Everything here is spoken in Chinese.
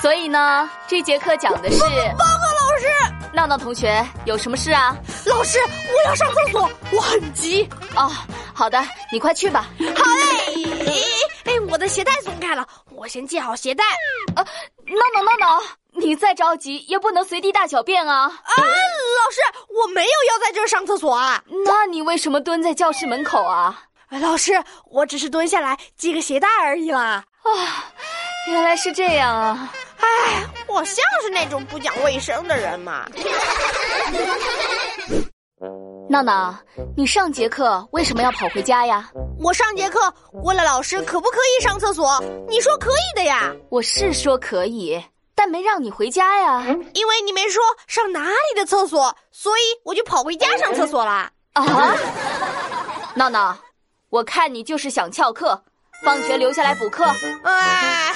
所以呢，这节课讲的是报告老师，闹闹同学有什么事啊？老师，我要上厕所，我很急。哦，好的，你快去吧。好嘞，哎，哎我的鞋带松开了，我先系好鞋带。呃，闹闹闹闹，你再着急也不能随地大小便啊。啊，老师，我没有要在这儿上厕所啊。那你为什么蹲在教室门口啊？哎老师，我只是蹲下来系个鞋带而已啦。原来是这样啊。哎，我像是那种不讲卫生的人嘛。闹闹，你上节课为什么要跑回家呀？我上节课问了老师可不可以上厕所，你说可以的呀，我是说可以，但没让你回家呀。因为你没说上哪里的厕所，所以我就跑回家上厕所啦。啊！闹闹，我看你就是想翘课，放学留下来补课。哎，